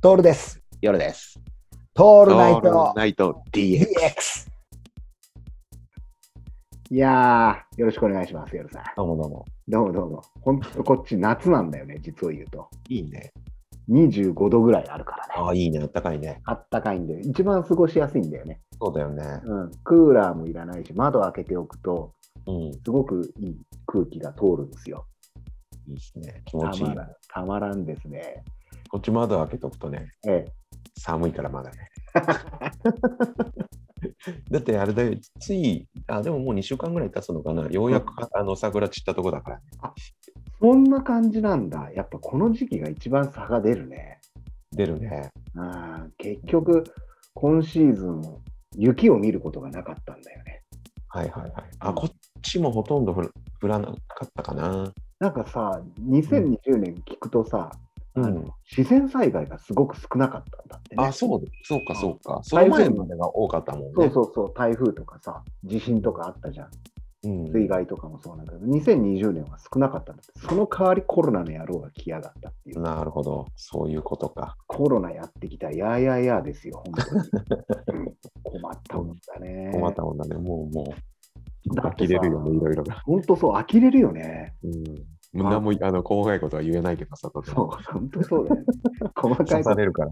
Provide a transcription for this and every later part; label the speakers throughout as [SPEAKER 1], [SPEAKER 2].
[SPEAKER 1] トールです。
[SPEAKER 2] 夜です。
[SPEAKER 1] ト
[SPEAKER 2] オ
[SPEAKER 1] ールナイト
[SPEAKER 2] ナイト DX。
[SPEAKER 1] DX。いやー、よろしくお願いします、夜さん。
[SPEAKER 2] どうもどうも。
[SPEAKER 1] どうもどうも。本当こっち夏なんだよね、実を言うと。
[SPEAKER 2] いいね。
[SPEAKER 1] 25度ぐらいあるからね。
[SPEAKER 2] ああ、いいね。あったかいね。
[SPEAKER 1] あったかいんで、一番過ごしやすいんだよね。
[SPEAKER 2] そうだよね。
[SPEAKER 1] うん。クーラーもいらないし、窓開けておくと、
[SPEAKER 2] うん。い
[SPEAKER 1] すごくいい空気が通るんですよ。
[SPEAKER 2] いですね。気
[SPEAKER 1] た
[SPEAKER 2] 持ちいい
[SPEAKER 1] ま。らん、たまらんですね。
[SPEAKER 2] こっち窓開けとくとね、
[SPEAKER 1] ええ。
[SPEAKER 2] 寒いからまだ ね。だってあれだよ、つい、あ、でももう2週間ぐらい経つのかな。ようやく、あの桜散ったとこだから。
[SPEAKER 1] そんな感じなんだ。やっぱこの時期が一番差が出るね。
[SPEAKER 2] 出るね。
[SPEAKER 1] あー結局、今シーズン、雪を見ることがなかったんだよね。
[SPEAKER 2] はいはいはい。あ、こっちもほとんど降ら降らなかったかな。
[SPEAKER 1] なんかさ、2020年聞くとさ、
[SPEAKER 2] うん
[SPEAKER 1] あの自然災害がすごく少なかったんだってね。
[SPEAKER 2] あ、そう、そうかそうか。その
[SPEAKER 1] 台風
[SPEAKER 2] 前までが多かったもんね。
[SPEAKER 1] そうそうそう、台風とかさ、地震とかあったじゃん。
[SPEAKER 2] うん。
[SPEAKER 1] 水害とかもそうなんだけど、2020年は少なかったんだって。その代わりコロナの野郎が来やがったっていう。
[SPEAKER 2] なるほど。そういうことか。
[SPEAKER 1] コロナやってきたやーやーやーですよ、本当 に。うん困ったもんだね。
[SPEAKER 2] 困ったもんだね。もうもう、
[SPEAKER 1] だってさ
[SPEAKER 2] 呆れるよね、いろいろが。
[SPEAKER 1] 本当そう、呆れるよね。
[SPEAKER 2] うん。何もあの細かいことは言えないけどさ、とて
[SPEAKER 1] そう、
[SPEAKER 2] も
[SPEAKER 1] 本当そうだ よね。細か
[SPEAKER 2] 刺
[SPEAKER 1] い
[SPEAKER 2] されるから。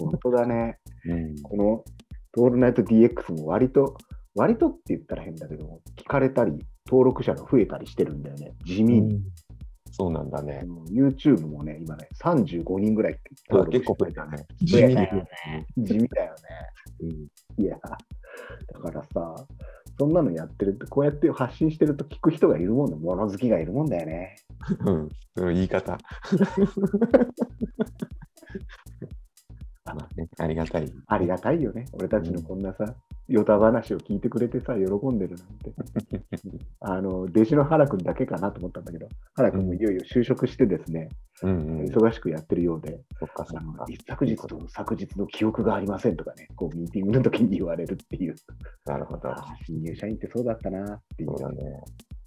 [SPEAKER 1] 本当だね。
[SPEAKER 2] うん。
[SPEAKER 1] この「トールナイト DX」も割と、割とって言ったら変だけど、聞かれたり、登録者が増えたりしてるんだよね。地味に。
[SPEAKER 2] そうなんだね。
[SPEAKER 1] うん YouTube もね、今ね、35人ぐらい
[SPEAKER 2] あ
[SPEAKER 1] 登録
[SPEAKER 2] 結構
[SPEAKER 1] して
[SPEAKER 2] 増
[SPEAKER 1] る
[SPEAKER 2] えたね。
[SPEAKER 1] 増えたよ
[SPEAKER 2] ね。
[SPEAKER 1] 地味だよね。
[SPEAKER 2] うん
[SPEAKER 1] いや、だからさ、そんなのやってると、こうやって発信してると聞く人がいるもんだ、物好きがいるもんだよね。
[SPEAKER 2] うん。その言い方。まあね、ありがたい。
[SPEAKER 1] ありがたいよね、俺たちのこんなさ、ヨタ話を聞いてくれてさ、喜んでるなんて。あの、弟子の原くんだけかなと思ったんだけど、原くんもいよいよ就職してですね、
[SPEAKER 2] うんうん。そ
[SPEAKER 1] 忙しくやってるようで、
[SPEAKER 2] っかそ
[SPEAKER 1] あの
[SPEAKER 2] っか。
[SPEAKER 1] 昨日と昨日の記憶がありませんとかね、こうミーティングの時に言われるっていう、
[SPEAKER 2] なるほど。
[SPEAKER 1] あー新入社員ってそうだったなってい
[SPEAKER 2] そう
[SPEAKER 1] う。
[SPEAKER 2] だね。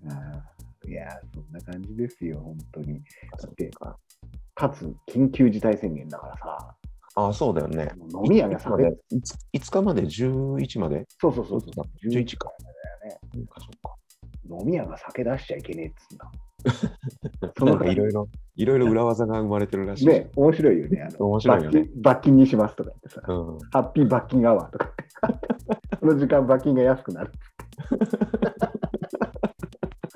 [SPEAKER 1] あーいやー、そんな感じですよ、本当に。
[SPEAKER 2] そっか
[SPEAKER 1] かつ、緊急事態宣言だからさ、
[SPEAKER 2] あ、そうだよね。
[SPEAKER 1] 飲み屋がされ、
[SPEAKER 2] いつ5日まで11まで
[SPEAKER 1] そうそうそうそう、
[SPEAKER 2] 11か。
[SPEAKER 1] だよ
[SPEAKER 2] そうか、そうか。
[SPEAKER 1] 飲み屋が酒出しちゃいけねえっつうんだ。 そ
[SPEAKER 2] なん
[SPEAKER 1] の
[SPEAKER 2] かいろいろ、いろいろ裏技が生まれてるらしい。
[SPEAKER 1] ね、面白いよね。あの
[SPEAKER 2] 面白いよね
[SPEAKER 1] 罰金罰金にしますとか言ってさ、
[SPEAKER 2] うん。
[SPEAKER 1] ハッピー罰金アワーとか 言って、その時間罰金が安くなる っつって。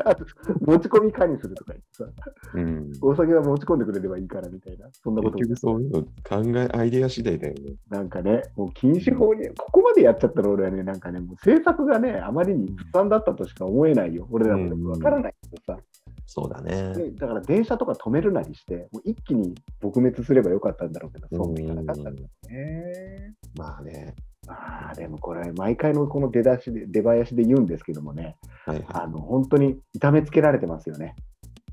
[SPEAKER 1] あと持ち込み可にするとか言ってさ、
[SPEAKER 2] うん、
[SPEAKER 1] お酒は持ち込んでくれればいいからみたいな、そんなこ
[SPEAKER 2] 結
[SPEAKER 1] と
[SPEAKER 2] 局そういうの考え、アイデア次第だよね。
[SPEAKER 1] なんかね、もう禁止法に、ここまでやっちゃったら俺はね、なんかね、もう政策がね、あまりに負担だったとしか思えないよ、俺らも
[SPEAKER 2] うん
[SPEAKER 1] ねわからないけどさ、
[SPEAKER 2] そうだね。
[SPEAKER 1] でだから電車とか止めるなりして、もう一気に撲滅すればよかったんだろうけど、そうもいかなかったんだろうね。
[SPEAKER 2] まあね。
[SPEAKER 1] ああ、でもこれ、毎回のこの出だしで、出囃子で言うんですけどもね、
[SPEAKER 2] はいは
[SPEAKER 1] あ
[SPEAKER 2] い。
[SPEAKER 1] の本当に痛めつけられてますよね、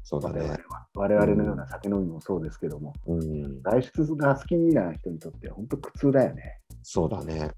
[SPEAKER 2] そうだ
[SPEAKER 1] 我々
[SPEAKER 2] ね
[SPEAKER 1] は。。我々のような酒飲みもそうですけども、
[SPEAKER 2] うん。
[SPEAKER 1] 外出が好きな人にとっては本当苦痛だよね。
[SPEAKER 2] そうだね。